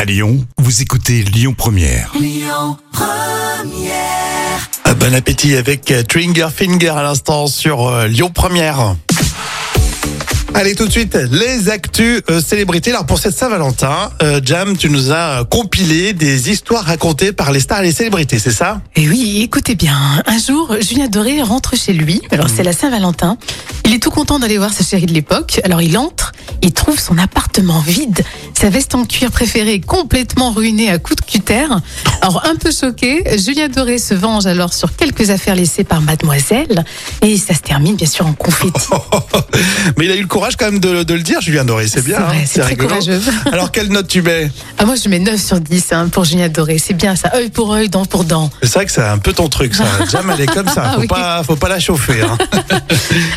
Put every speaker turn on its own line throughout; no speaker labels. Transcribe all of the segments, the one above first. À Lyon, vous écoutez Lyon Première.
Ah, Bon appétit avec euh, Trigger Finger à l'instant sur euh, Lyon Première. Allez tout de suite, les actus euh, célébrités. Alors pour cette Saint-Valentin, euh, Jam, tu nous as euh, compilé des histoires racontées par les stars et les célébrités, c'est ça
Et Eh oui, écoutez bien. Un jour, Julien Doré rentre chez lui. Alors,
Mm.
c'est la Saint-Valentin. Il est tout content d'aller voir sa chérie de l'époque. Alors, il entre et trouve son appartement vide. Sa veste en cuir préférée est complètement ruinée à coups de cutter. Alors, un peu choqué, Julien Doré se venge alors sur quelques affaires laissées par mademoiselle. Et ça se termine, bien sûr, en confetti.
Mais il a eu le courage quand même de, de le dire, Julien Doré, c'est bien,
vrai,
hein,
c'est très courageux.
Alors quelle note tu mets
Ah, moi, je mets 9 sur 10 hein, pour Julien Doré. C'est bien ça. œil pour œil, dent pour dent.
C'est vrai que c'est un peu ton truc ça, Jam elle est comme ça, faut,
Ah, Oui.
pas, faut pas la chauffer. hein.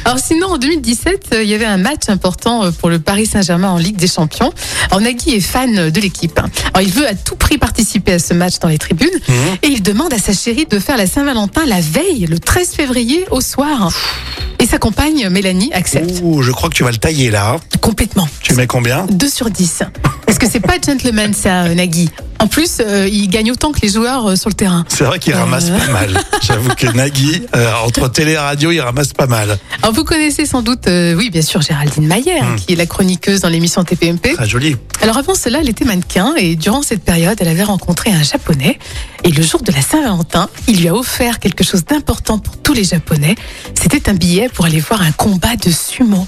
Alors sinon, en 2017, euh, il y avait un match important euh, pour le Paris Saint-Germain en Ligue des Champions. Alors Nagui est fan euh, de l'équipe. hein. Alors il veut à tout prix participer à ce match dans les tribunes
Mhm.
et il demande à sa chérie de faire la Saint-Valentin la veille, le 13 février au soir. Et sa compagne, Mélanie, accepte
Ouh, je crois que tu vas le tailler là, hein.
complètement.
tu mets combien
2 sur 10. Parce que c'est pas gentleman ça, euh, Nagui. En plus, euh, il gagne autant que les joueurs euh, sur le terrain.
C'est vrai qu'il ramasse
Euh.
pas mal. J'avoue que Nagui, euh, entre télé et radio, il ramasse pas mal.
Alors vous connaissez sans doute, euh, oui bien sûr, Géraldine Maillère,
Mm.
qui est la chroniqueuse dans l'émission TPMP.
Très joli.
Alors avant cela, elle était mannequin et durant cette période, elle avait rencontré un japonais. Et le jour de la Saint-Valentin, il lui a offert quelque chose d'important pour tous les japonais. C'était un billet pour aller voir un combat de sumo.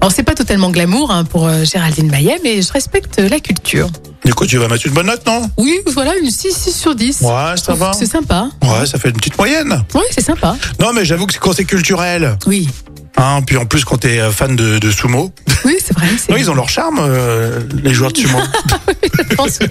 Alors c'est pas totalement glamour hein, pour euh, Géraldine Maillet, mais je respecte la culture.
Du coup, tu vas mettre une bonne note, non
Oui, voilà, une 6, 6 sur 10.
Ouais, ça va.
C'est sympa.
Ouais, ça fait une petite moyenne.
Oui, c'est sympa.
Non, mais j'avoue que c'est quand c'est culturel,
Oui,
hein, puis en plus quand t'es euh, fan de, de sumo,
oui, c'est vrai. c'est-
non, ils ont leur charme, euh, les joueurs de sumo.
je pense, oui.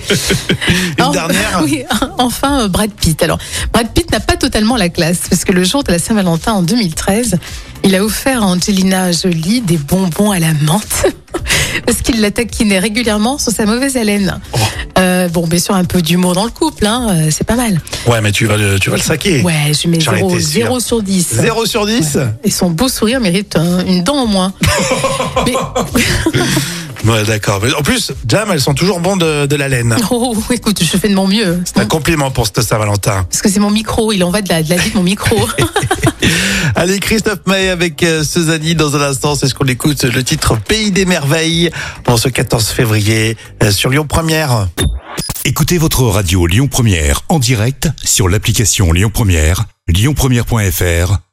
Une
Alors,
dernière.
Oui, enfin euh, Brad Pitt. Alors, Brad Pitt n'a pas totalement la classe, parce que le jour de la Saint-Valentin en 2013, il a offert à Angelina Jolie des bonbons à la menthe, parce qu'il la taquinait régulièrement sur sa mauvaise haleine.
Oh.
Euh, bon, bien sûr, un peu d'humour dans le couple, hein, euh, c'est pas mal.
Ouais, mais tu vas le, tu vas le saquer.
Ouais, je mets
J'en
0,
étais sûr.
sur 10.
0 sur 10
Et son beau sourire mérite un- une dent au moins. Mais,
Ouais, d'accord. Mais En plus, Jam, elles sont toujours bons de, de la laine.
oh, écoute, je fais de mon mieux.
Un compliment pour cette Saint-Valentin.
Parce que c'est mon micro, il en va de la, de la vie de mon micro.
Allez, Christophe May avec euh, Suzanne dans un instant. C'est ce qu'on écoute, le titre Pays des Merveilles, en ce 14 février euh, sur Lyon Première.
Écoutez votre radio Lyon Première en direct sur l'application Lyon Première, lyonpremière.fr